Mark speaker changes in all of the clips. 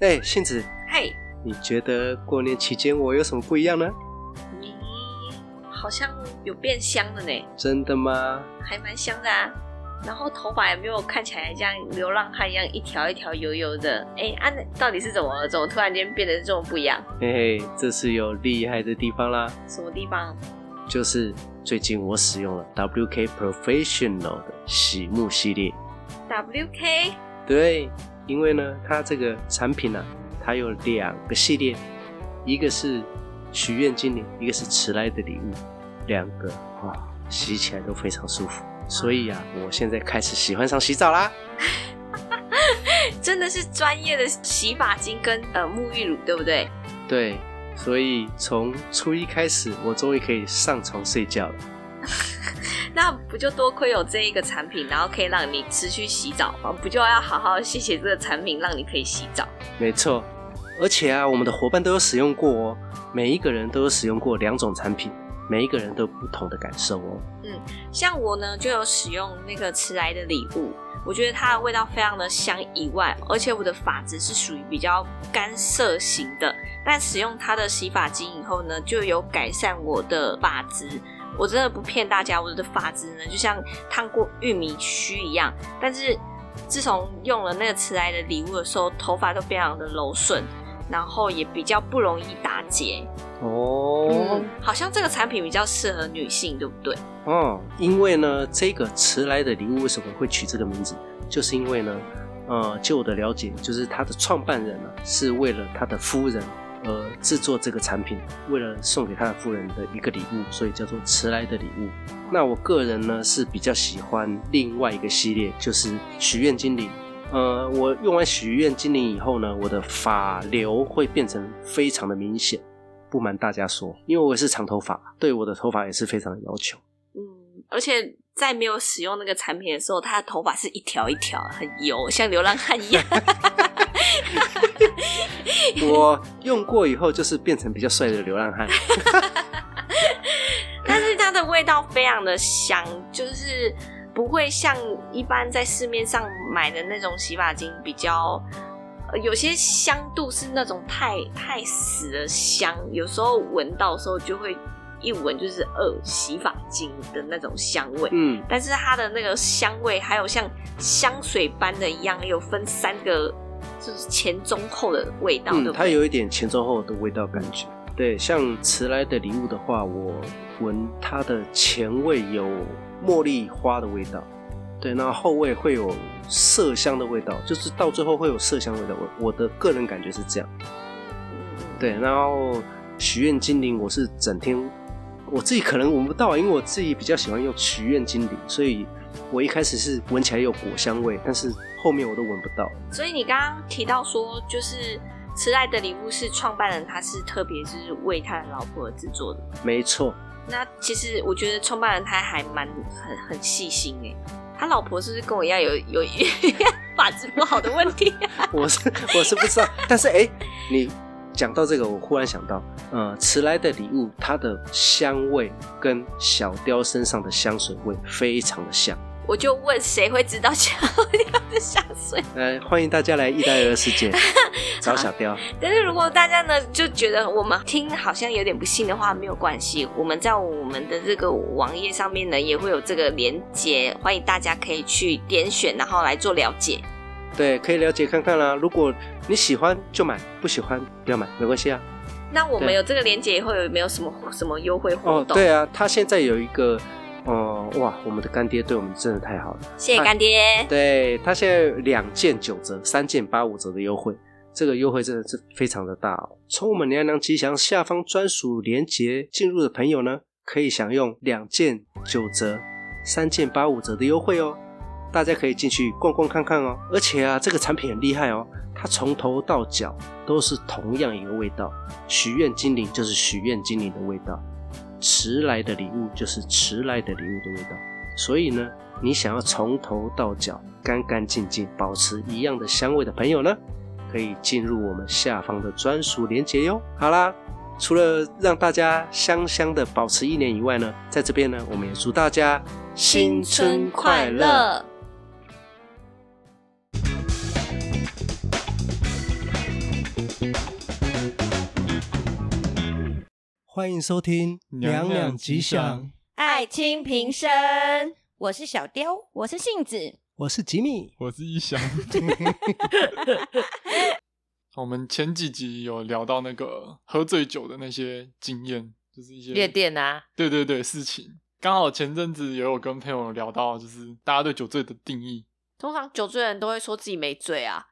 Speaker 1: 哎、杏子，
Speaker 2: 嘿，
Speaker 1: 你觉得过年期间我有什么不一样呢？
Speaker 2: 你好像有变香了呢，
Speaker 1: 真的吗？
Speaker 2: 还蛮香的啊。然后头发也没有看起来像流浪汉一样一条一条油油的。哎，啊，那到底是怎么怎么突然间变得这么不一样？
Speaker 1: 嘿嘿，这是有厉害的地方啦，
Speaker 2: 什么地方？
Speaker 1: 就是最近我使用了 WK Professional 的洗沐系列。
Speaker 2: WK
Speaker 1: 对，因为呢，它这个产品啊，它有两个系列，一个是许愿精灵，一个是迟来的礼物，两个哇、洗起来都非常舒服。所以啊，我现在开始喜欢上洗澡啦。
Speaker 2: 真的是专业的洗发精跟呃沐浴乳，对不对？
Speaker 1: 对，所以从初一开始，我终于可以上床睡觉了。
Speaker 2: 那不就多亏有这一个产品，然后可以让你持续洗澡吗？不就要好好谢谢这个产品，让你可以洗澡？
Speaker 1: 没错，而且啊，我们的伙伴都有使用过哦，每一个人都有使用过两种产品，每一个人都有不同的感受哦。
Speaker 2: 像我呢，就有使用那个迟来的礼物，我觉得它的味道非常的香，以外，而且我的发质是属于比较干涩型的，但使用它的洗发精以后呢，就有改善我的发质。我真的不骗大家，我的发质呢就像烫过玉米须一样，但是自从用了那个迟来的礼物的时候，头发都非常的柔顺，然后也比较不容易打结。
Speaker 1: 哦
Speaker 2: 嗯，，好像这个产品比较适合女性，对不对？
Speaker 1: 哦，因为呢，这个迟来的礼物为什么会取这个名字，就是因为呢，呃，就我的了解，就是它的创办人呢、是为了他的夫人而制作这个产品，为了送给他的夫人的一个礼物，所以叫做迟来的礼物。那我个人呢是比较喜欢另外一个系列，就是许愿精灵。呃，我用完许愿精灵以后呢，我的发流会变成非常的明显。不瞒大家说，因为我也是长头发，对我的头发也是非常的要求。
Speaker 2: 嗯，而且在没有使用那个产品的时候，他的头发是一条一条，很油，像流浪汉一样。
Speaker 1: 我用过以后，就是变成比较帅的流浪汉。
Speaker 2: 但是它的味道非常的香，就是不会像一般在市面上买的那种洗发精比较。呃有些香度是那种太太死的香，有时候闻到的时候就会一闻就是呃洗发精的那种香味。
Speaker 1: 嗯，
Speaker 2: 但是它的那个香味，还有像香水般的一样，有分三个，就是前中后的味道，对
Speaker 1: 嗯，
Speaker 2: 不
Speaker 1: 它
Speaker 2: 对？
Speaker 1: 有一点前中后的味道感觉。对，像迟来的礼物的话，我闻它的前味有茉莉花的味道，对，那后味会有麝香的味道，就是到最后会有麝香味道。我我的个人感觉是这样。
Speaker 2: 嗯
Speaker 1: 对，然后许愿精灵，我是整天我自己可能闻不到，因为我自己比较喜欢用许愿精灵，所以我一开始是闻起来有果香味，但是后面我都闻不到。
Speaker 2: 所以你刚刚提到说，就是迟来的礼物是创办人，他是特别就是为他的老婆而制作的。
Speaker 1: 没错，
Speaker 2: 那其实我觉得创办人他还蛮很很细心诶、他老婆是不是跟我一样有 有法质不好的问题、
Speaker 1: 我是 我是不知道，但是哎、你讲到这个，我忽然想到，呃，迟来的礼物，它的香味跟小雕身上的香水味非常的像。
Speaker 2: 我就问谁会知道 香料的香水？
Speaker 1: 呃，欢迎大家来意大利的世界找小雕。
Speaker 2: 但是如果大家呢就觉得我们听好像有点不信的话，没有关系，我们在我们的这个网页上面呢也会有这个连接，欢迎大家可以去点选，然后来做了解。
Speaker 1: 对，可以了解看看啦、如果你喜欢就买，不喜欢不要买，没关系啊。
Speaker 2: 那我们
Speaker 1: 对
Speaker 2: 有这个连接以后有没有什么什么优惠活
Speaker 1: 哦，
Speaker 2: 动？
Speaker 1: 对啊，他现在有一个，哦、哇，我们的干爹对我们真的太好了。
Speaker 2: 谢谢干爹。
Speaker 1: 对他现在有两件九折，三件八五折的优惠，这个优惠真的是非常的大哦。从我们娘娘吉祥下方专属链接进入的朋友呢，可以享用两件九折、三件八五折的优惠哦。大家可以进去逛逛看看哦。而且啊，这个产品很厉害哦，它从头到脚都是同样一个味道，许愿精灵就是许愿精灵的味道，迟来的礼物就是迟来的礼物的味道。所以呢，你想要从头到脚干干净净，保持一样的香味的朋友呢，可以进入我们下方的专属链接哟。好啦，除了让大家香香的保持一年以外呢，在这边呢，我们也祝大家新春快乐！！欢迎收听《
Speaker 3: 娘
Speaker 1: 娘
Speaker 3: 娘
Speaker 1: 吉
Speaker 3: 吉
Speaker 1: 祥
Speaker 3: 祥》，
Speaker 4: 爱卿平生，我是小雕，
Speaker 5: 我是杏子，
Speaker 1: 我是吉米。
Speaker 3: 我是一 翔。我们前几集有聊到那个喝醉酒的那些经验，就是一些
Speaker 6: 夜店啊，
Speaker 3: 对对对事情。刚好前阵子也有跟朋友聊到，就是大家对酒醉的定义
Speaker 6: 通常酒醉的人都会说自己没醉啊，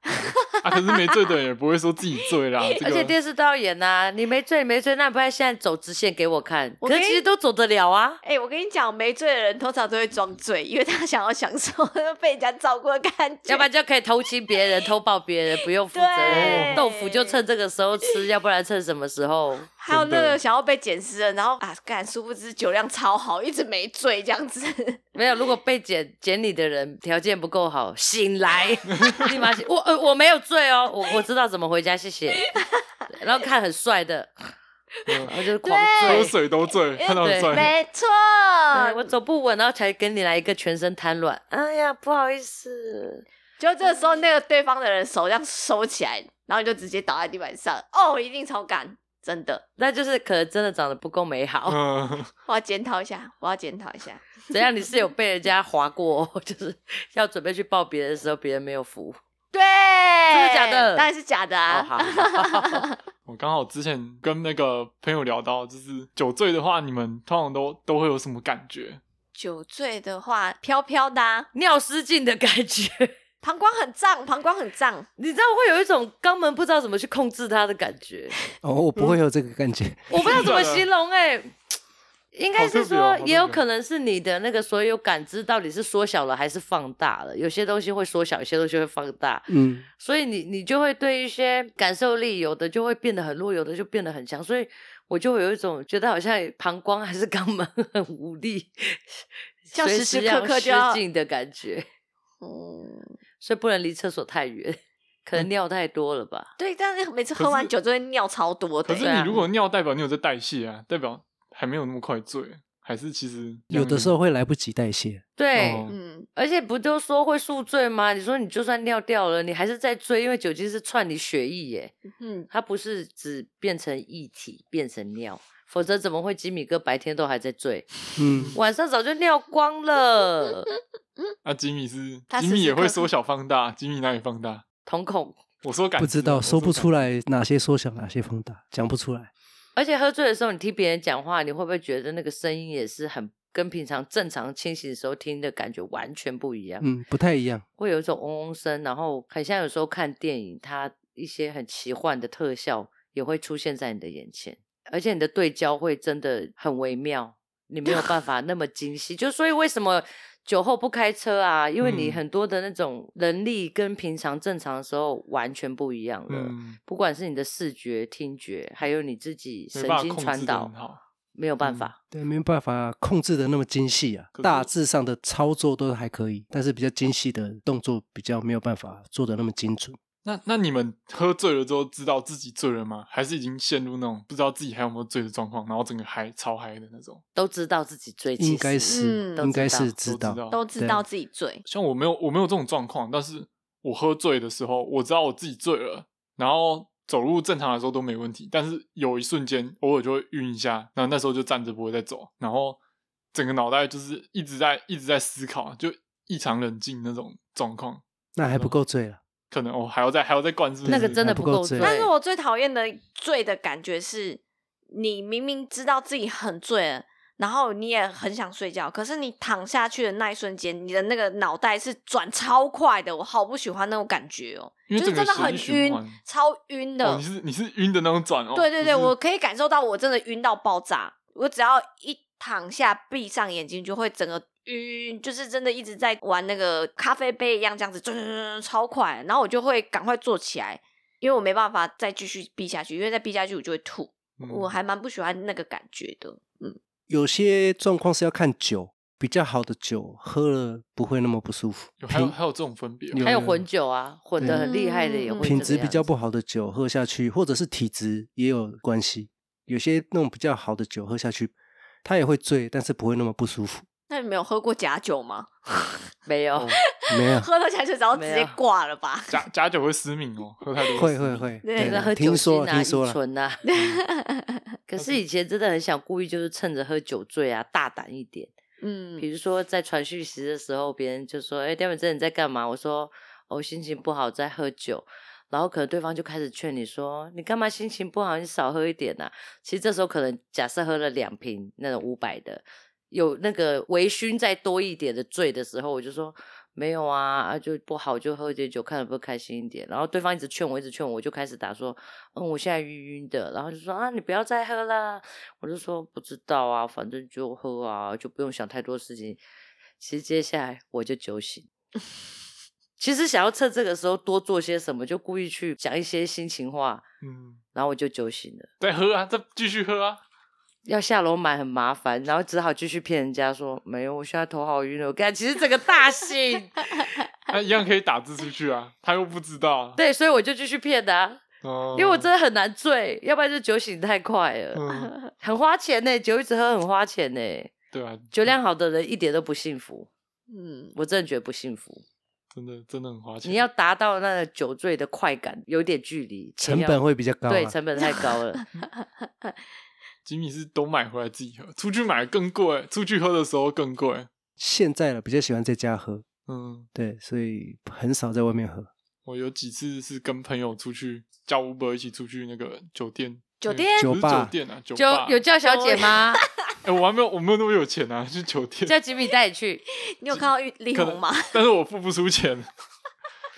Speaker 3: 啊，可是没醉的人也不会说自己醉 啦。这
Speaker 6: 而且
Speaker 3: 个
Speaker 6: 电视都要演呐、啊，你没醉，你没醉，那不然现在走直线给我看，
Speaker 7: 我
Speaker 6: 可是
Speaker 7: 跟你
Speaker 6: 其实都走得了啊。
Speaker 7: 哎、我跟你讲，没醉的人通常都会装醉，因为他想要享受被人家照顾的感觉。
Speaker 6: 要不然就可以偷亲别人、偷抱别人，不用负责任。
Speaker 7: 对
Speaker 6: 豆腐就趁这个时候吃，要不然趁什么时候？
Speaker 7: 还有那
Speaker 3: 真的
Speaker 7: 个想要被捡尸的，然后啊，干，殊不知酒量超好，一直没醉这样子。
Speaker 6: 没有，如果被捡捡你的人条件不够好，醒 来立马醒。我呃我没有醉哦，我我知道怎么回家，谢谢。然后看很帅的，
Speaker 3: 嗯
Speaker 6: 然后就是狂
Speaker 3: 喝
Speaker 6: 醉。
Speaker 3: 水都醉，看到
Speaker 6: 对
Speaker 3: 醉，
Speaker 7: 没错，
Speaker 6: 对哎我走不稳，然后才跟你来一个全身瘫软。哎呀，不好意思，
Speaker 7: 就这时候那个对方的人手这样收起来，然后你就直接倒在地板上。哦，一定超干，真的。
Speaker 6: 那就是可能真的长得不够美好。
Speaker 3: 嗯，
Speaker 7: 我要检讨一下，我要检讨一下。
Speaker 6: 怎样？你是有被人家划过 哦，就是要准备去抱别人的时候，别人没有扶。
Speaker 7: 对，
Speaker 6: 真
Speaker 7: 真
Speaker 6: 的假的
Speaker 7: 当然是假的
Speaker 6: 哦，
Speaker 7: 啊。
Speaker 6: 好好好好
Speaker 3: 我刚好之前跟那个朋友聊到，就是酒醉的话，你们通常都都会有什么感觉？
Speaker 7: 酒醉的话，飘飘的、啊，
Speaker 6: 尿失禁的感觉，
Speaker 7: 膀胱很胀，膀胱很胀。
Speaker 6: 你知道会有一种肛门不知道怎么去控制它的感觉，
Speaker 1: 哦，我不会有这个感觉。
Speaker 6: 我不知道怎么形容哎、应该是
Speaker 3: 好特别哦好
Speaker 6: 说
Speaker 3: 特，别
Speaker 6: 也有可能是你的那个所有感知到底是缩小了还是放大了，有些东西会缩小，有些东西会放大，
Speaker 1: 嗯，
Speaker 6: 所以你你就会对一些感受力，有的就会变得很弱，有的就变得很强，所以我就会有一种觉得好像膀胱还是肛门很无力，
Speaker 7: 像
Speaker 6: 随
Speaker 7: 时时
Speaker 6: 时要
Speaker 7: 刻刻就
Speaker 6: 失
Speaker 7: 要
Speaker 6: 禁的感觉，
Speaker 7: 嗯，
Speaker 6: 所以不能离厕所太远，可能尿太多了吧。
Speaker 7: 对，但是每次
Speaker 3: 可
Speaker 7: 喝完
Speaker 3: 是
Speaker 7: 酒就会尿超多的。
Speaker 3: 可是
Speaker 6: 对啊
Speaker 3: 你如果尿，代表你有在代谢啊，代表还没有那么快醉，还是其实
Speaker 1: 有的时候会来不及代谢。
Speaker 6: 对，
Speaker 3: 哦
Speaker 7: 嗯，
Speaker 6: 而且不就说会宿醉吗？你说你就算尿掉了，你还是在醉，因为酒精是串你血液耶，
Speaker 7: 嗯，
Speaker 6: 它不是只变成液体变成尿，否则怎么会吉米哥白天都还在醉，
Speaker 1: 嗯，
Speaker 6: 晚上早就尿光了？
Speaker 3: 啊，吉米是
Speaker 7: 他
Speaker 3: 吉
Speaker 7: 时
Speaker 3: 米
Speaker 7: 时
Speaker 3: 也会
Speaker 7: 刻刻
Speaker 3: 缩小放大，吉米哪里放大？
Speaker 6: 瞳孔，
Speaker 3: 我说感
Speaker 1: 不知道，说不出
Speaker 3: 来。
Speaker 1: 来哪些缩小，哪些放大，讲不出来。
Speaker 6: 而且喝醉的时候，你听别人讲话，你会不会觉得那个声音也是很跟平常正常清醒的时候听的感觉完全不一样？
Speaker 1: 嗯，不太一样。
Speaker 6: 会有一种嗡嗡声，然后很像有时候看电影，它一些很奇幻的特效也会出现在你的眼前，而且你的对焦会真的很微妙，你没有办法那么精细。就所以为什么酒后不开车啊？因为你
Speaker 3: 嗯
Speaker 6: 很多的那种能力跟平常正常的时候完全不一样了。
Speaker 3: 嗯，
Speaker 6: 不管是你的视觉、听觉，还有你自己
Speaker 3: 没
Speaker 6: 神
Speaker 3: 办法
Speaker 6: 经
Speaker 3: 控
Speaker 6: 传
Speaker 3: 制得
Speaker 6: 导
Speaker 3: 很，好。
Speaker 6: 没有办
Speaker 3: 嗯
Speaker 6: 法。
Speaker 1: 对，没办法控制的那么精细啊
Speaker 3: 可，是
Speaker 1: 大致上的操作都还可以，但是比较精细的动作比较没有办法做的那么精准。
Speaker 3: 那那你们喝醉了之后，知道自己醉了吗？还是已经陷入那种不知道自己还有没有醉的状况，然后整个嗨超嗨的那种？
Speaker 6: 都知道自己追，
Speaker 1: 应该
Speaker 6: 其实
Speaker 1: 是，
Speaker 6: 嗯
Speaker 1: 应该是
Speaker 6: 都
Speaker 1: 知
Speaker 3: 道
Speaker 1: 道。
Speaker 3: 都知道
Speaker 7: 都知
Speaker 1: 对
Speaker 7: 道自己醉。
Speaker 3: 像我没有我没有这种状况，但是我喝醉的时候，我知道我自己醉了，然后走路正常的时候都没问题，但是有一瞬间偶尔就会晕一下，然后那时候就站着不会再走，然后整个脑袋就是一直在一直在思考，就异常冷静那种状况，
Speaker 1: 那
Speaker 3: 嗯
Speaker 1: 还不够醉了，
Speaker 3: 可能哦还要再还要再灌是哦不是？
Speaker 6: 那个真的
Speaker 1: 还不够
Speaker 6: 够
Speaker 1: 醉
Speaker 6: 醉。
Speaker 7: 但是我最讨厌的醉的感觉是，你明明知道自己很醉了，然后你也很想睡觉，可是你躺下去的那一瞬间，你的那个脑袋是转超快的，我好不喜欢那种感觉哦，
Speaker 3: 因为
Speaker 7: 就是
Speaker 3: 整个
Speaker 7: 真的很
Speaker 3: 血液循环
Speaker 7: 晕，超晕的。
Speaker 3: 哦，你是你是晕的那种转哦。
Speaker 7: 对对对，
Speaker 3: 不是
Speaker 7: 我可以感受到我真的晕到爆炸。我只要一躺下，闭上眼睛就会整个晕，就是真的一直在玩那个咖啡杯一样这样子，转转转转超快。然后我就会赶快坐起来，因为我没办法再继续闭下去，因为再闭下去我就会吐。
Speaker 3: 嗯
Speaker 7: 我还蛮不喜欢那个感觉的。嗯，
Speaker 1: 有些状况是要看酒，比较好的酒喝了不会那么不舒服。
Speaker 3: 有还有
Speaker 1: 品
Speaker 3: 还有这种分别哦，
Speaker 6: 还有混酒啊，混的很厉害的也
Speaker 7: 嗯
Speaker 6: 会
Speaker 1: 品
Speaker 6: 这
Speaker 1: 质
Speaker 6: 个
Speaker 1: 比较
Speaker 6: 样子
Speaker 1: 不好的酒喝下去，或者是体质也有关系。有些那种比较好的酒喝下去，它也会醉，但是不会那么不舒服。
Speaker 7: 那你没有喝过假酒吗？
Speaker 3: 哦
Speaker 6: 没有，
Speaker 1: 没 有，
Speaker 7: 喝到下去，然后直
Speaker 6: 没
Speaker 7: 接
Speaker 6: 有
Speaker 7: 挂 了吧？
Speaker 3: 假假酒会失明哦，喝太多
Speaker 1: 会会 会，
Speaker 7: 对
Speaker 1: 对
Speaker 6: 在喝
Speaker 1: 对，
Speaker 6: 酒
Speaker 1: 听
Speaker 6: 精
Speaker 1: 说了
Speaker 6: 啊、
Speaker 1: 听说
Speaker 6: 乙
Speaker 1: 了，
Speaker 6: 醇啊。
Speaker 3: 嗯
Speaker 6: 可是以前真的很想故意就是趁着喝酒醉啊，大胆一点。
Speaker 7: 嗯
Speaker 6: 比如说在传讯息的时候，别人就说：“哎、刁美珍你在干嘛？”我说：“我、心情不好，在喝酒。”然后可能对方就开始劝你说：“你干嘛心情不好？你少喝一点呐、其实这时候可能假设喝了两瓶那种五百的，有那个微醺再多一点的醉的时候，我就说。没有啊，啊就不好，就喝点酒，看能不能开心一点。然后对方一直劝我，一直劝我，我就开始打说，嗯，我现在晕晕的。然后就说啊，你不要再喝啦，我就说不知道啊，反正就喝啊，就不用想太多事情。其实接下来我就 酒醒，其实想要趁这个时候多做些什么，就故意去讲一些心情话，
Speaker 3: 嗯，
Speaker 6: 然后我就酒醒了。
Speaker 3: 再喝啊，再继续喝啊，
Speaker 6: 要下楼买很麻烦，然后只好继续骗人家说没有，我现在头好晕了。我看其实整个 大醒，
Speaker 3: 那一样可以打字出去 啊，他又不知道。
Speaker 6: 对，所以我就继续骗的、啊，
Speaker 3: 哦，
Speaker 6: 因为我真的很难醉，要不然就酒醒太快了，
Speaker 3: 嗯，
Speaker 6: 很花钱呢、酒一直喝很花钱呢、
Speaker 3: 对啊，
Speaker 6: 酒量好的人一点都不幸福，
Speaker 7: 嗯，
Speaker 6: 我真的觉得不幸福。
Speaker 3: 真的真的很花钱。
Speaker 6: 你要达到那个酒醉的快感，有点距离，钱
Speaker 1: 成
Speaker 6: 要
Speaker 1: 本会比较高啊。
Speaker 6: 对成本太高 了。
Speaker 3: 吉米是都买回来自己喝，出去买更贵，出去喝的时候更贵。
Speaker 1: 现在了比较喜欢在家喝，
Speaker 3: 嗯，
Speaker 1: 对，所以很少在外面喝。
Speaker 3: 我有几次是跟朋友出去叫 Uber 一起出去那个酒店，
Speaker 7: 酒
Speaker 3: 那个
Speaker 7: 店
Speaker 3: 不是
Speaker 1: 酒吧
Speaker 3: 酒店啊，酒
Speaker 6: 就
Speaker 3: 吧
Speaker 6: 有叫小姐 吗？
Speaker 3: 哎、我还没有，我没有那么有钱啊， 去酒店。
Speaker 6: 叫吉米带你去，
Speaker 7: 你有看到玉力
Speaker 3: 可
Speaker 7: 宏
Speaker 3: 能
Speaker 7: 吗？？
Speaker 3: 但是我付不出钱，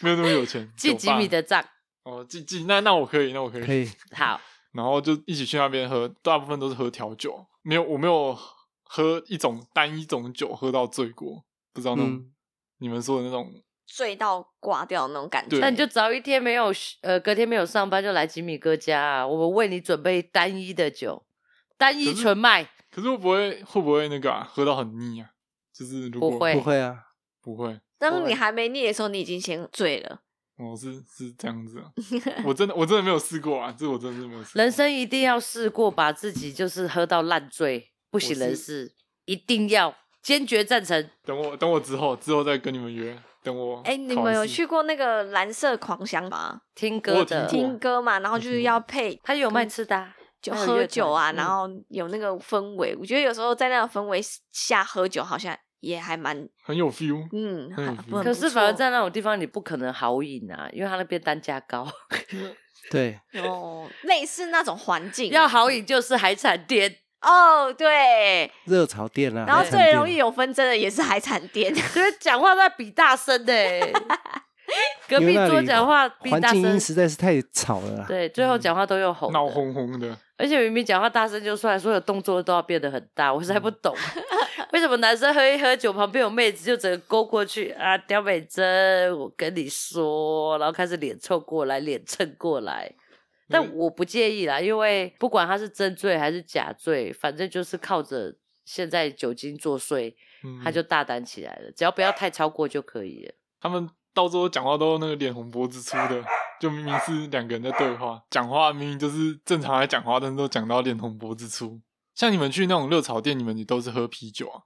Speaker 3: 没有那么有 钱。
Speaker 6: 记
Speaker 3: 酒
Speaker 6: 吉
Speaker 3: 吧
Speaker 6: 米的账。
Speaker 3: 哦，记记，那那我可以，那
Speaker 6: 嗯
Speaker 3: 我可以。
Speaker 1: 可以，
Speaker 6: 好，
Speaker 3: 然后就一起去那边喝，大部分都是喝调酒，没有我没有喝一种单一种酒喝到醉过，不知道那种、
Speaker 1: 嗯
Speaker 3: 你们说的那种
Speaker 7: 醉到挂掉那种感觉
Speaker 3: 对。
Speaker 6: 那你就早一天没有，呃，隔天没有上班就来吉米哥家、啊，我们为你准备单一的酒，单一
Speaker 3: 可是
Speaker 6: 纯麦。
Speaker 3: 可是会不会会不会那个啊，喝到很腻啊？就是如果
Speaker 6: 不会
Speaker 1: 不会啊，
Speaker 3: 不会，
Speaker 7: 当你还没腻的时候，你已经先醉
Speaker 3: 哦
Speaker 7: 了。
Speaker 3: 我是是这样子、啊，我真的我真的没有试过啊，这我真的是没有试过。
Speaker 6: 人生一定要试过，把自己就是喝到烂醉，不省人
Speaker 3: 是
Speaker 6: 事，一定要坚决赞成。
Speaker 3: 等我等我之后之后再跟你们约，等我
Speaker 7: 哎、你
Speaker 3: 考
Speaker 7: 们
Speaker 3: 完
Speaker 7: 有
Speaker 3: 试
Speaker 7: 去过那个蓝色狂想吗？
Speaker 6: 听
Speaker 3: 我
Speaker 6: 歌
Speaker 3: 有听
Speaker 6: 的，
Speaker 3: 过
Speaker 7: 听歌嘛，然后就是要配
Speaker 6: 他有卖吃的啊、
Speaker 7: 酒
Speaker 6: 嗯还有
Speaker 7: 喝
Speaker 6: 乐
Speaker 7: 酒啊，
Speaker 6: 团嗯
Speaker 7: 然后有那个氛围。我觉得有时候在那个氛围下喝酒，好像也还蛮
Speaker 3: 很有 feel，
Speaker 7: 嗯，
Speaker 3: 很有
Speaker 7: 还
Speaker 3: feel
Speaker 7: 不很
Speaker 6: 可
Speaker 7: 不
Speaker 6: 是反而
Speaker 7: 错
Speaker 6: 在那种地方，你不可能好饮啊，因为他那边单价 高，
Speaker 1: 对，
Speaker 7: 哦，类似那种环境啊
Speaker 6: 要好饮就是海产店，
Speaker 7: 哦，对，
Speaker 1: 热炒店啊，
Speaker 7: 然后
Speaker 1: 海产
Speaker 7: 最
Speaker 1: 店
Speaker 7: 容易有纷争的也是海产店，
Speaker 6: 所以讲话都在比大声的、欸， 隔
Speaker 1: 因
Speaker 6: 壁
Speaker 1: 为那
Speaker 6: 桌
Speaker 1: 里
Speaker 6: 讲话比
Speaker 1: 环
Speaker 6: 大
Speaker 1: 境嗯音
Speaker 6: 声，
Speaker 1: 实在是太吵了啦。
Speaker 6: 对，最后讲话都有吼
Speaker 3: 闹
Speaker 6: 的，
Speaker 3: 哄哄的，
Speaker 6: 而且明明讲话大声就算，所有动作都要变得很大，我实在
Speaker 1: 嗯
Speaker 6: 不懂 为什么男生喝一喝酒，旁边有妹子就整个勾过去啊，刁美珍，我跟你说，然后开始脸凑过来，脸蹭过来。
Speaker 1: 嗯
Speaker 6: 但我不介意啦，因为不管他是真醉还是假醉，反正就是靠着现在酒精作祟，
Speaker 3: 嗯
Speaker 6: 他就大胆起来了。只要不要太超过就可以了。
Speaker 3: 他们到最后讲话都那个脸红脖子粗的，就明明是两个人在对话，讲话明明就是正常来讲话，但是都讲到脸红脖子粗。像你们去那种热炒店，你们也都是喝啤酒啊？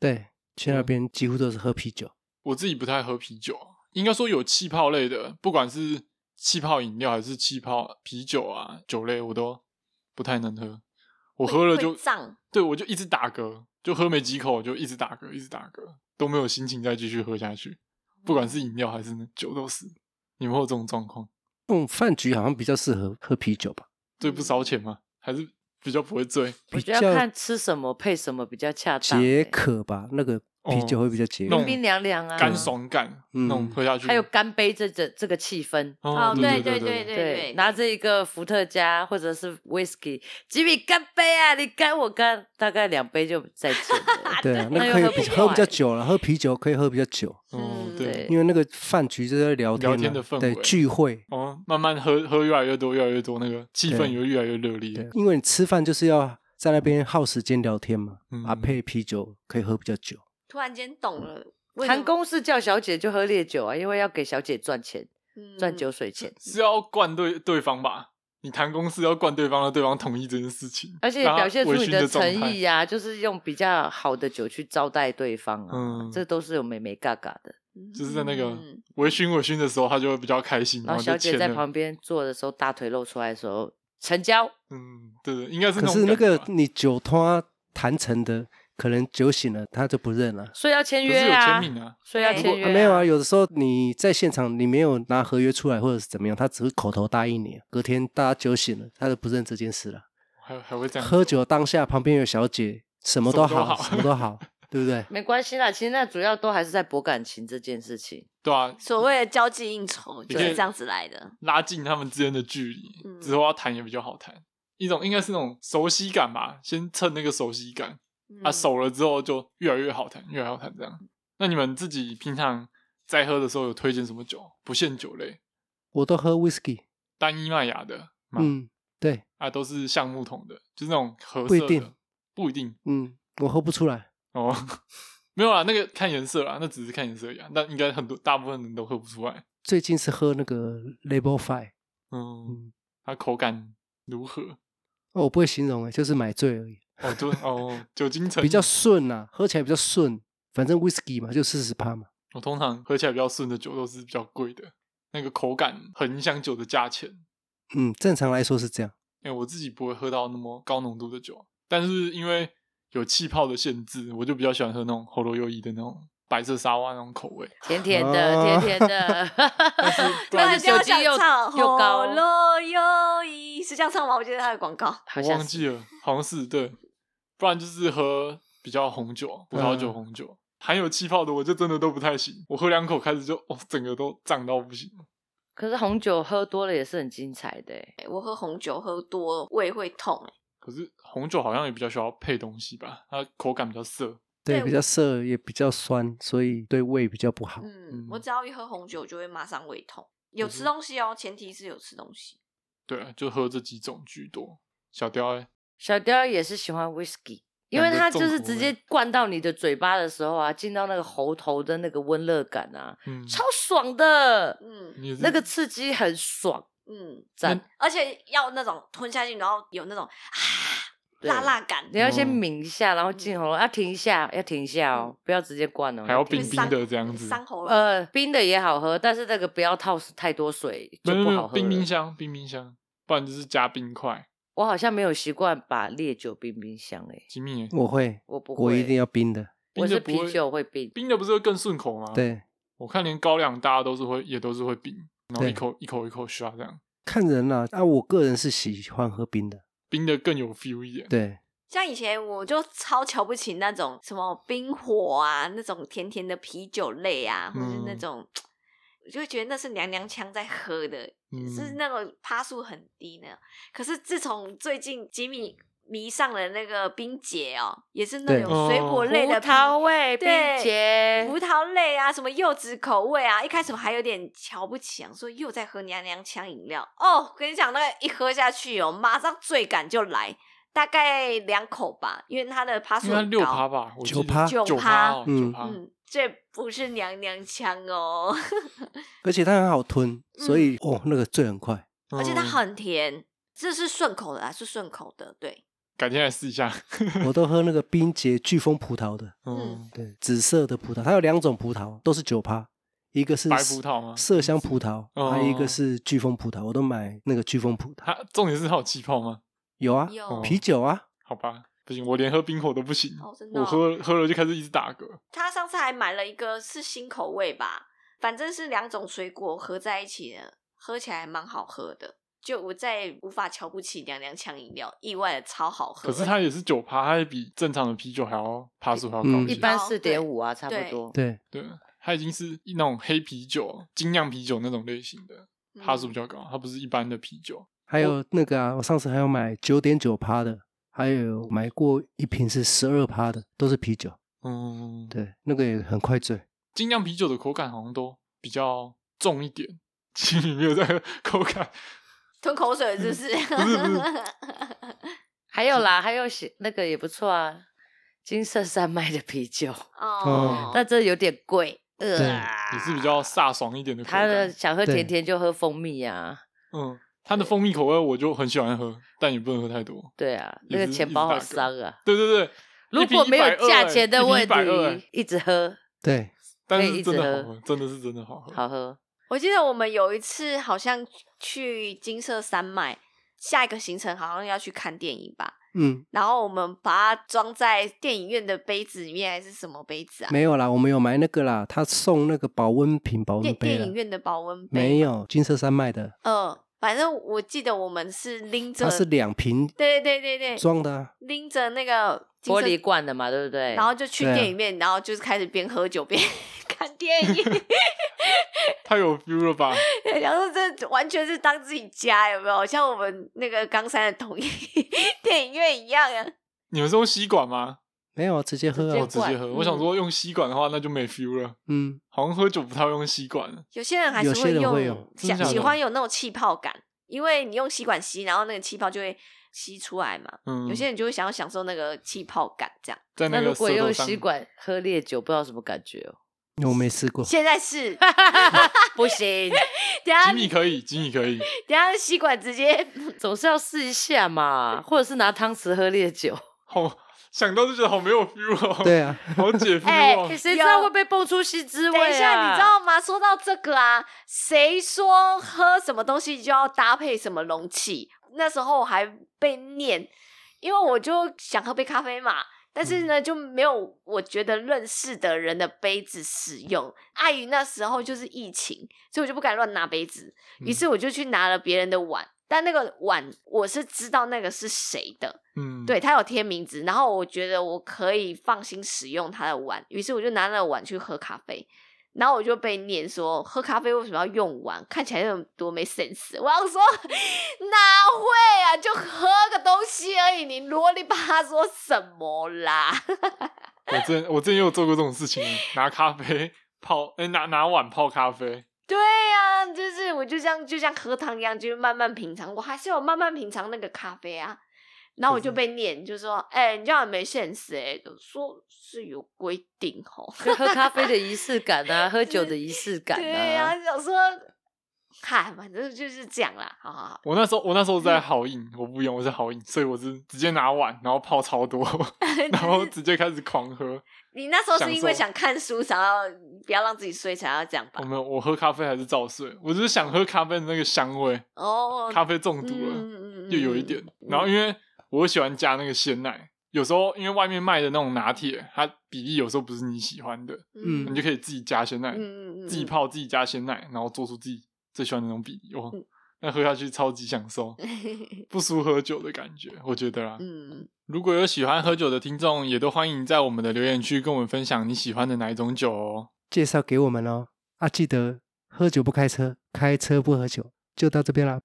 Speaker 1: 对，去
Speaker 6: 嗯
Speaker 1: 那边几乎都是喝啤酒。
Speaker 3: 我自己不太喝啤酒啊，应该说有气泡类的，不管是气泡饮料还是气泡啤酒啊、酒类，我都不太能喝。我喝了
Speaker 7: 会
Speaker 3: 就
Speaker 7: 会胀，
Speaker 3: 对我就一直打嗝，就喝没几口就一直打嗝，一直打嗝，都没有心情再继续喝下
Speaker 6: 哦
Speaker 3: 去。不管是饮料还是那酒都是，你们会有这种状况？
Speaker 1: 那种饭局好像比较适合喝啤酒吧，
Speaker 3: 醉
Speaker 6: 嗯
Speaker 3: 不烧钱吗？还是比较不会醉？
Speaker 6: 我
Speaker 1: 比
Speaker 6: 觉得
Speaker 1: 较
Speaker 6: 要看吃什么配什么比较恰当、
Speaker 1: 解
Speaker 6: 欸，
Speaker 1: 渴吧，那个啤
Speaker 3: 哦
Speaker 1: 酒会比较解
Speaker 3: 那
Speaker 1: 渴。
Speaker 3: 种
Speaker 6: 冰冰凉凉啊，
Speaker 3: 干爽感，
Speaker 1: 嗯。
Speaker 3: 那种喝下去。
Speaker 6: 还有干杯这这这个气氛。
Speaker 3: 哦
Speaker 7: 哦，
Speaker 3: 对
Speaker 7: 对
Speaker 3: 对
Speaker 7: 对对，
Speaker 6: 拿着一个伏特加或者是 whisky，吉米干杯啊！你干我干，大概两杯就再见了
Speaker 1: 对 啊，那
Speaker 6: 那
Speaker 1: 个
Speaker 6: 又
Speaker 1: 可以
Speaker 6: 喝不
Speaker 1: 比喝比较
Speaker 6: 完
Speaker 1: 久了，喝啤酒可以喝比较久，
Speaker 3: 哦
Speaker 7: 嗯
Speaker 3: 对
Speaker 6: 对
Speaker 1: 因为那个饭局就在聊天啊、
Speaker 3: 聊天的氛
Speaker 1: 对
Speaker 3: 围
Speaker 1: 聚会，
Speaker 3: 哦，慢慢喝喝越来越多，越来越多，那个气氛
Speaker 1: 对
Speaker 3: 也会越来越热
Speaker 1: 对
Speaker 3: 烈。，
Speaker 1: 因为你吃饭就是要在那边耗时间聊天嘛，
Speaker 3: 嗯
Speaker 1: 啊，配啤酒可以喝比较久。
Speaker 7: 突然间懂了，为什
Speaker 6: 谈
Speaker 7: 么
Speaker 6: 公事叫小姐就喝烈酒啊，因为要给小姐赚钱，
Speaker 7: 嗯
Speaker 6: 赚酒，水钱。
Speaker 3: 是要灌对对方吧？你谈公事要灌对方，让对方同意这件事情，
Speaker 6: 而且
Speaker 3: 让他
Speaker 6: 表现出
Speaker 3: 微
Speaker 6: 你
Speaker 3: 醺
Speaker 6: 的
Speaker 3: 的
Speaker 6: 诚
Speaker 3: 状态
Speaker 6: 意。呀、就是用比较好的酒去招待对方啊，
Speaker 3: 嗯
Speaker 6: 这都是有美美嘎嘎的。
Speaker 3: 就是在那个
Speaker 7: 嗯
Speaker 3: 微醺微醺的时候，他就会比较开心，
Speaker 6: 然后
Speaker 3: 就
Speaker 6: 小姐
Speaker 3: 牵
Speaker 6: 在
Speaker 3: 了
Speaker 6: 旁边坐的时候，大腿露出来的时候，成交。
Speaker 3: 嗯，对对，应该是
Speaker 1: 可
Speaker 3: 种
Speaker 1: 是那
Speaker 3: 感觉
Speaker 1: 个
Speaker 3: 吧
Speaker 1: 你酒托啊谈成的，可能酒醒了他就不认了。
Speaker 6: 所以要签
Speaker 3: 可是
Speaker 6: 约
Speaker 3: 有
Speaker 6: 啊
Speaker 3: 签，名啊，
Speaker 6: 所以要
Speaker 7: 对
Speaker 6: 签约、
Speaker 1: 啊没有啊，，有的时候你在现场你没有拿合约出来或者是怎么样，他只是口头答应你，隔天大家酒醒了，他就不认这件事了。
Speaker 3: 还还会这样
Speaker 1: 喝酒当下旁边有小姐，什么
Speaker 3: 什么
Speaker 1: 都
Speaker 3: 都
Speaker 1: 好，
Speaker 3: 好
Speaker 1: 什么都 好，对不对？
Speaker 6: 没关系啦。其实那主要都还是在博感情这件事情。
Speaker 3: 对啊，
Speaker 7: 所谓的交际应酬
Speaker 3: 你
Speaker 7: 就
Speaker 3: 可以
Speaker 7: 是这样子来
Speaker 6: 哦
Speaker 7: 的。
Speaker 3: 拉近他们之间的距离，
Speaker 7: 嗯
Speaker 3: 之后要谈也比较好谈。一种应该是那种熟悉感吧，先蹭那个熟悉感，啊，
Speaker 7: 嗯
Speaker 3: 熟了之后就越来越好谈，越来越好谈这样。那你们自己平常在喝的时候有推荐什么酒？不限酒类，
Speaker 1: 我都喝 whisky，
Speaker 3: 单一麦芽的嘛，
Speaker 1: 嗯，对，
Speaker 3: 啊，都是橡木桶的，就是那种褐色的，
Speaker 1: 不一定
Speaker 3: 不一定
Speaker 1: 嗯，我喝不出来。
Speaker 3: 哦。 没有啦，那个看颜色啦，那只是看颜色啊呀。那应该很多大部分人都喝不出来。
Speaker 1: 最近是喝那个 Label Five，
Speaker 3: 嗯
Speaker 1: 嗯，
Speaker 3: 它口感如何？
Speaker 1: 哦，我不会形容诶，就是买醉而已，
Speaker 3: 哦， 对哦，酒精层
Speaker 1: 比较顺呐、喝起来比较顺。反正 whisky 嘛，就四十趴嘛。
Speaker 3: 我通常喝起来比较顺的酒都是比较贵的，那个口感很影响酒的价钱。
Speaker 1: 嗯，正常来说是这样。
Speaker 3: 哎、我自己不会喝到那么高浓度的酒，啊但是因为有气泡的限制，我就比较喜欢喝那种喉咙优异的那种白色沙湾那种口味。
Speaker 6: 甜甜
Speaker 1: 哦
Speaker 6: 的，甜甜 的，
Speaker 7: 那
Speaker 6: 但
Speaker 7: 你
Speaker 6: 是
Speaker 7: 就要
Speaker 6: 酒精
Speaker 7: 想
Speaker 6: 又
Speaker 7: 唱
Speaker 6: 又高哦
Speaker 7: 喉，咙有一是这样唱吗？我记得他的广告。
Speaker 6: 好
Speaker 3: 我
Speaker 6: 像
Speaker 3: 忘
Speaker 6: 是
Speaker 3: 记了，好像是对，不然就是喝比较红酒，葡萄酒、
Speaker 1: 嗯
Speaker 3: 红酒，含有气泡的我就真的都不太行。我喝两口开始就哦，整个都胀到不行。
Speaker 6: 可是红酒喝多了也是很精彩的欸、
Speaker 7: 哎我喝红酒喝多胃会痛、哎
Speaker 3: 可是红酒好像也比较需要配东西吧，它口感比较涩。
Speaker 1: 对，
Speaker 7: 对
Speaker 1: 比较涩也比较酸，所以对胃比较不好。
Speaker 7: 嗯
Speaker 3: 嗯，
Speaker 7: 我只要一喝红酒就会马上胃痛。有吃
Speaker 3: 是
Speaker 7: 东西哦，前提是有吃东西。
Speaker 3: 对啊，就喝这几种居多。小雕、欸，
Speaker 6: 小雕也是喜欢 whisky，因
Speaker 3: 两
Speaker 6: 为
Speaker 3: 个
Speaker 6: 它
Speaker 3: 重
Speaker 6: 就是
Speaker 3: 口
Speaker 6: 直
Speaker 3: 味
Speaker 6: 接灌到你的嘴巴的时候啊，进到那个喉头的那个温热感啊，
Speaker 3: 嗯，
Speaker 6: 超爽的，
Speaker 7: 嗯
Speaker 3: 你也是
Speaker 6: 那个刺激很爽，
Speaker 7: 嗯，
Speaker 6: 赞。
Speaker 7: 而且要那种吞下去，然后有那种啊
Speaker 6: 对
Speaker 7: 辣辣感，
Speaker 6: 你要先
Speaker 3: 哦嗯
Speaker 6: 抿一下，然后进喉咙，要停一下，要停一下哦，不要直接灌哦。
Speaker 3: 还要
Speaker 6: 停
Speaker 3: 冰
Speaker 6: 一
Speaker 7: 会
Speaker 6: 下
Speaker 3: 冰的这样子，
Speaker 7: 伤喉咙。
Speaker 6: 呃，冰的也好喝，但是那个不要套太多水就
Speaker 3: 没有
Speaker 6: 不
Speaker 3: 没
Speaker 6: 好
Speaker 3: 有
Speaker 6: 喝了。
Speaker 3: 冰冰箱，冰冰箱，不然就是加冰块。
Speaker 6: 我好像没有习惯把烈酒冰冰箱诶、
Speaker 3: 吉米耶，欸
Speaker 1: 我会，
Speaker 6: 我不会，
Speaker 1: 我一定要冰的。
Speaker 6: 我
Speaker 3: 冰
Speaker 6: 是
Speaker 3: 的不
Speaker 6: 啤酒会冰，
Speaker 3: 冰的不是会更顺口吗？，
Speaker 1: 对，
Speaker 3: 我看连高粱大家都是会，也都是会冰，然后
Speaker 1: 对
Speaker 3: 一口一口一口刷这样，
Speaker 1: 看人啦、啊。我个人是喜欢喝冰的。
Speaker 3: 冰的更有 feel 一点。
Speaker 1: 对，
Speaker 7: 像以前我就超瞧不起那种什么冰火啊，那种甜甜的啤酒类啊，或者是那
Speaker 3: 嗯
Speaker 7: 种，我就会觉得那是娘娘腔在喝的，
Speaker 3: 嗯
Speaker 7: 是那个趴数很低呢。可是自从最近吉米迷上了那个冰姐哦，也是那
Speaker 1: 对
Speaker 7: 种水果
Speaker 3: 哦
Speaker 7: 类的
Speaker 6: 葡萄
Speaker 7: 冰
Speaker 6: 味冰
Speaker 7: 对
Speaker 6: 结，
Speaker 7: 葡萄类啊，什么柚子口味啊，一开始我还有点瞧不起，想说又在喝娘娘腔饮料哦。跟你讲，那个一喝下去哦，马上醉感就来，大概两口吧，因为它的趴
Speaker 3: 应
Speaker 7: 数
Speaker 3: 该
Speaker 7: 啊很
Speaker 3: 六趴
Speaker 7: 高，
Speaker 3: 吧，我
Speaker 1: 九
Speaker 3: 趴
Speaker 1: 趴
Speaker 3: 九
Speaker 7: 九
Speaker 3: 趴
Speaker 7: 趴
Speaker 3: 哦，
Speaker 1: 嗯
Speaker 3: 九趴。
Speaker 7: 嗯，这不是娘娘腔哦，
Speaker 1: 而且它很好吞，所以、哦，那个醉很快。
Speaker 3: 嗯
Speaker 7: 而且它，很甜，这是顺口的啊，是顺口的，对，
Speaker 3: 改天来试一下。
Speaker 1: 我都喝那个冰结飓风葡萄的，
Speaker 3: 嗯，
Speaker 1: 对，紫色的葡萄，它有两种葡萄，都是九趴，一个是
Speaker 3: 白葡萄吗
Speaker 1: 麝香葡萄，啊
Speaker 3: 哦
Speaker 1: 还有一个是飓风葡萄，我都买那个飓风葡萄。
Speaker 3: 它重点是它有气泡吗？
Speaker 1: 有啊，
Speaker 3: 哦
Speaker 7: 有
Speaker 1: 啤酒啊，
Speaker 3: 好吧，不行，我连喝冰口都不行，
Speaker 7: 嗯哦真的哦
Speaker 3: 我喝喝了就开始一直打嗝。
Speaker 7: 他上次还买了一个是新口味吧，反正是两种水果合在一起的，喝起来还蛮好喝的。就我再也无法瞧不起娘娘腔饮料，意外的超好喝。
Speaker 3: 可是它也是九趴，它也比正常的啤酒还要趴数还要高
Speaker 1: 嗯
Speaker 3: 些
Speaker 6: 一般
Speaker 7: 哦
Speaker 6: 四
Speaker 7: 对
Speaker 6: 点五啊，差不
Speaker 7: 对
Speaker 6: 多。
Speaker 1: 对，
Speaker 3: 对，它已经是一那种黑啤酒、精酿啤酒那种类型的，
Speaker 7: 嗯
Speaker 3: 趴数比较高，它不是一般的啤酒。
Speaker 1: 还
Speaker 3: 哦
Speaker 1: 有那个啊，我上次还有买九点九趴的，还有买过一瓶是十二趴的，都是啤酒。
Speaker 3: 嗯，，
Speaker 1: 对，那个也很快醉。
Speaker 3: 精酿啤酒的口感好像都比较重一点。其实你没有在喝口感，
Speaker 7: 吞口水是不是？
Speaker 3: 不是不是
Speaker 6: 还有啦，还有喜那个也不错啊，金色山脉的啤酒，
Speaker 7: 哦
Speaker 1: 哦，
Speaker 6: 但这有点贵。呃
Speaker 1: 对
Speaker 6: 啊
Speaker 3: 也是比较飒爽一点的口
Speaker 6: 他
Speaker 7: 啊
Speaker 6: 的
Speaker 3: 感。
Speaker 6: 想喝甜
Speaker 1: 对
Speaker 6: 甜就喝蜂蜜啊，
Speaker 3: 嗯，它的蜂蜜口味我就很喜欢喝，但也不能喝太多。
Speaker 6: 对啊，
Speaker 3: 也
Speaker 6: 那个
Speaker 3: 是
Speaker 6: 钱
Speaker 3: 一
Speaker 6: 包
Speaker 3: 直
Speaker 6: 好
Speaker 3: 大哥
Speaker 6: 伤啊。
Speaker 3: 对对对，
Speaker 6: 如果没有价钱的问
Speaker 3: 一瓶120欸
Speaker 6: 题，一直喝，
Speaker 1: 对，
Speaker 3: 但
Speaker 6: 可以
Speaker 3: 是
Speaker 6: 一
Speaker 3: 真
Speaker 6: 直
Speaker 3: 的好
Speaker 6: 喝
Speaker 3: 喝，真的是真的好喝。
Speaker 6: 好喝，
Speaker 7: 我记得我们有一次好像去金色山脉，下一个行程好像要去看电影吧。
Speaker 1: 嗯，
Speaker 7: 然后我们把它装在电影院的杯子里面，还是什么杯子啊？
Speaker 1: 没有啦，我们有买那个啦，他送那个保温瓶、保温
Speaker 7: 电
Speaker 1: 杯
Speaker 7: 电
Speaker 1: 啦
Speaker 7: 影，院的保温杯
Speaker 1: 没有金色山脉的，
Speaker 7: 呃，反正我记得我们是拎着，
Speaker 1: 它是两瓶
Speaker 7: 对对对对对，
Speaker 1: 装的、啊，
Speaker 7: 拎着那个金
Speaker 6: 玻
Speaker 7: 色
Speaker 6: 璃，罐的嘛，对不对？
Speaker 7: 然后就去
Speaker 1: 对啊
Speaker 7: 电影院，然后就是开始边喝酒边 看电影，
Speaker 3: 太有 feel 了吧？
Speaker 7: 然后这完全是当自己家，有没有？像我们那个冈山的统一 电影院一样啊。
Speaker 3: 你们是用吸管吗？
Speaker 1: 没有啊直接喝
Speaker 3: 我
Speaker 1: 啊，
Speaker 3: 直接喝。我
Speaker 6: 嗯
Speaker 3: 想说用吸管的话，那就没 feel 了。
Speaker 1: 嗯，
Speaker 3: 好像喝酒不太会用吸管了。
Speaker 7: 有些人还是
Speaker 1: 有些人
Speaker 7: 用，
Speaker 1: 会有
Speaker 3: 真的
Speaker 7: 想
Speaker 3: 假的
Speaker 7: 喜欢有那种气泡感，因为你用吸管吸，然后那个气泡就会吸出来嘛。
Speaker 3: 嗯，
Speaker 7: 有些人就会想要享受那个气泡感，这样。
Speaker 3: 在
Speaker 6: 那
Speaker 3: 个
Speaker 6: 如果
Speaker 3: 舌头
Speaker 6: 用
Speaker 3: 上
Speaker 6: 吸，管喝烈酒，不知道什么感觉 哦。
Speaker 1: 我没试过，
Speaker 7: 现在是，
Speaker 6: 不行，
Speaker 7: 等一下
Speaker 6: 啊
Speaker 3: 吉米可以，吉米 可以。
Speaker 7: 等一下吸管直接
Speaker 6: 总是要试一下嘛，或者是拿汤匙喝烈酒，
Speaker 3: 好，想到就觉得好没有 feel 哦。
Speaker 1: 对，啊，
Speaker 3: 好 解
Speaker 7: 哎
Speaker 3: feel 哦。
Speaker 6: 谁知道会被蹦出新滋味、啊、
Speaker 7: 等一下，你知道吗？说到这个啊，谁说喝什么东西就要搭配什么容器？那时候我还被念，因为我就想喝杯咖啡嘛。但是呢，就没有我觉得认识的人的杯子使用，碍于那时候就是疫情，所以我就不敢乱拿杯子。于是我就去拿了别人的碗，但那个碗我是知道那个是谁的，
Speaker 3: 嗯，
Speaker 7: 对，它有贴名字，然后我觉得我可以放心使用它的碗，于是我就拿那个碗去喝咖啡，然后我就被念说喝咖啡为什么要用碗，看起来有多没 sense。我要说哪会啊，就喝个东西而已，你啰里吧嗦什么啦？
Speaker 3: 我之前我之前也有做过这种事情，拿咖啡泡，哎、拿拿碗泡咖啡。
Speaker 7: 对呀、就是我就像就像喝汤一样，就是慢慢品尝，我还是有慢慢品尝那个咖啡啊。然后我就被念，就说：“哎、你这样很没现实哎、说是有规定哦吼。”
Speaker 6: 就喝咖啡的仪式感啊，喝酒的仪式感
Speaker 7: 对
Speaker 6: 啊，
Speaker 7: 呀、想说，嗨，反正就是这样啦，好好好。
Speaker 3: 我那时候我那时候在好饮，我不一样，我是好饮，所以我是直接拿碗，然后泡超多， 然后直接开始狂喝。
Speaker 7: 你那时候
Speaker 3: 享
Speaker 7: 是因为
Speaker 3: 受
Speaker 7: 想看书，想要不要让自己睡，想要这样吧
Speaker 3: 我？没有，我喝咖啡还是照睡，我只是想喝咖啡的那个香味，
Speaker 7: 哦，
Speaker 3: 咖啡中毒了。
Speaker 7: 嗯
Speaker 3: 又有一点。然后因为我又喜欢加那个鲜奶，有时候因为外面卖的那种拿铁，它比例有时候不是你喜欢的，
Speaker 1: 嗯
Speaker 3: 你就可以自己加鲜奶，
Speaker 7: 嗯
Speaker 3: 自己，泡自己加鲜奶，然后做出自己最喜欢的那种比例。哇，哦那喝下去超级享受，不输喝酒的感觉，我觉得啦。
Speaker 7: 嗯，
Speaker 3: 如果有喜欢喝酒的听众，也都欢迎在我们的留言区跟我们分享你喜欢的哪一种酒哦。
Speaker 1: 介绍给我们哦，啊，记得喝酒不开车，开车不喝酒，就到这边啦。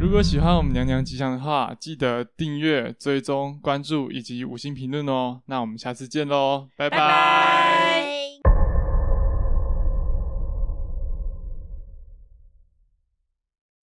Speaker 3: 如果喜欢我们娘娘吉祥的话，记得订阅、追踪、关注以及五星评论哦。那我们下次见喽，拜拜
Speaker 7: 拜。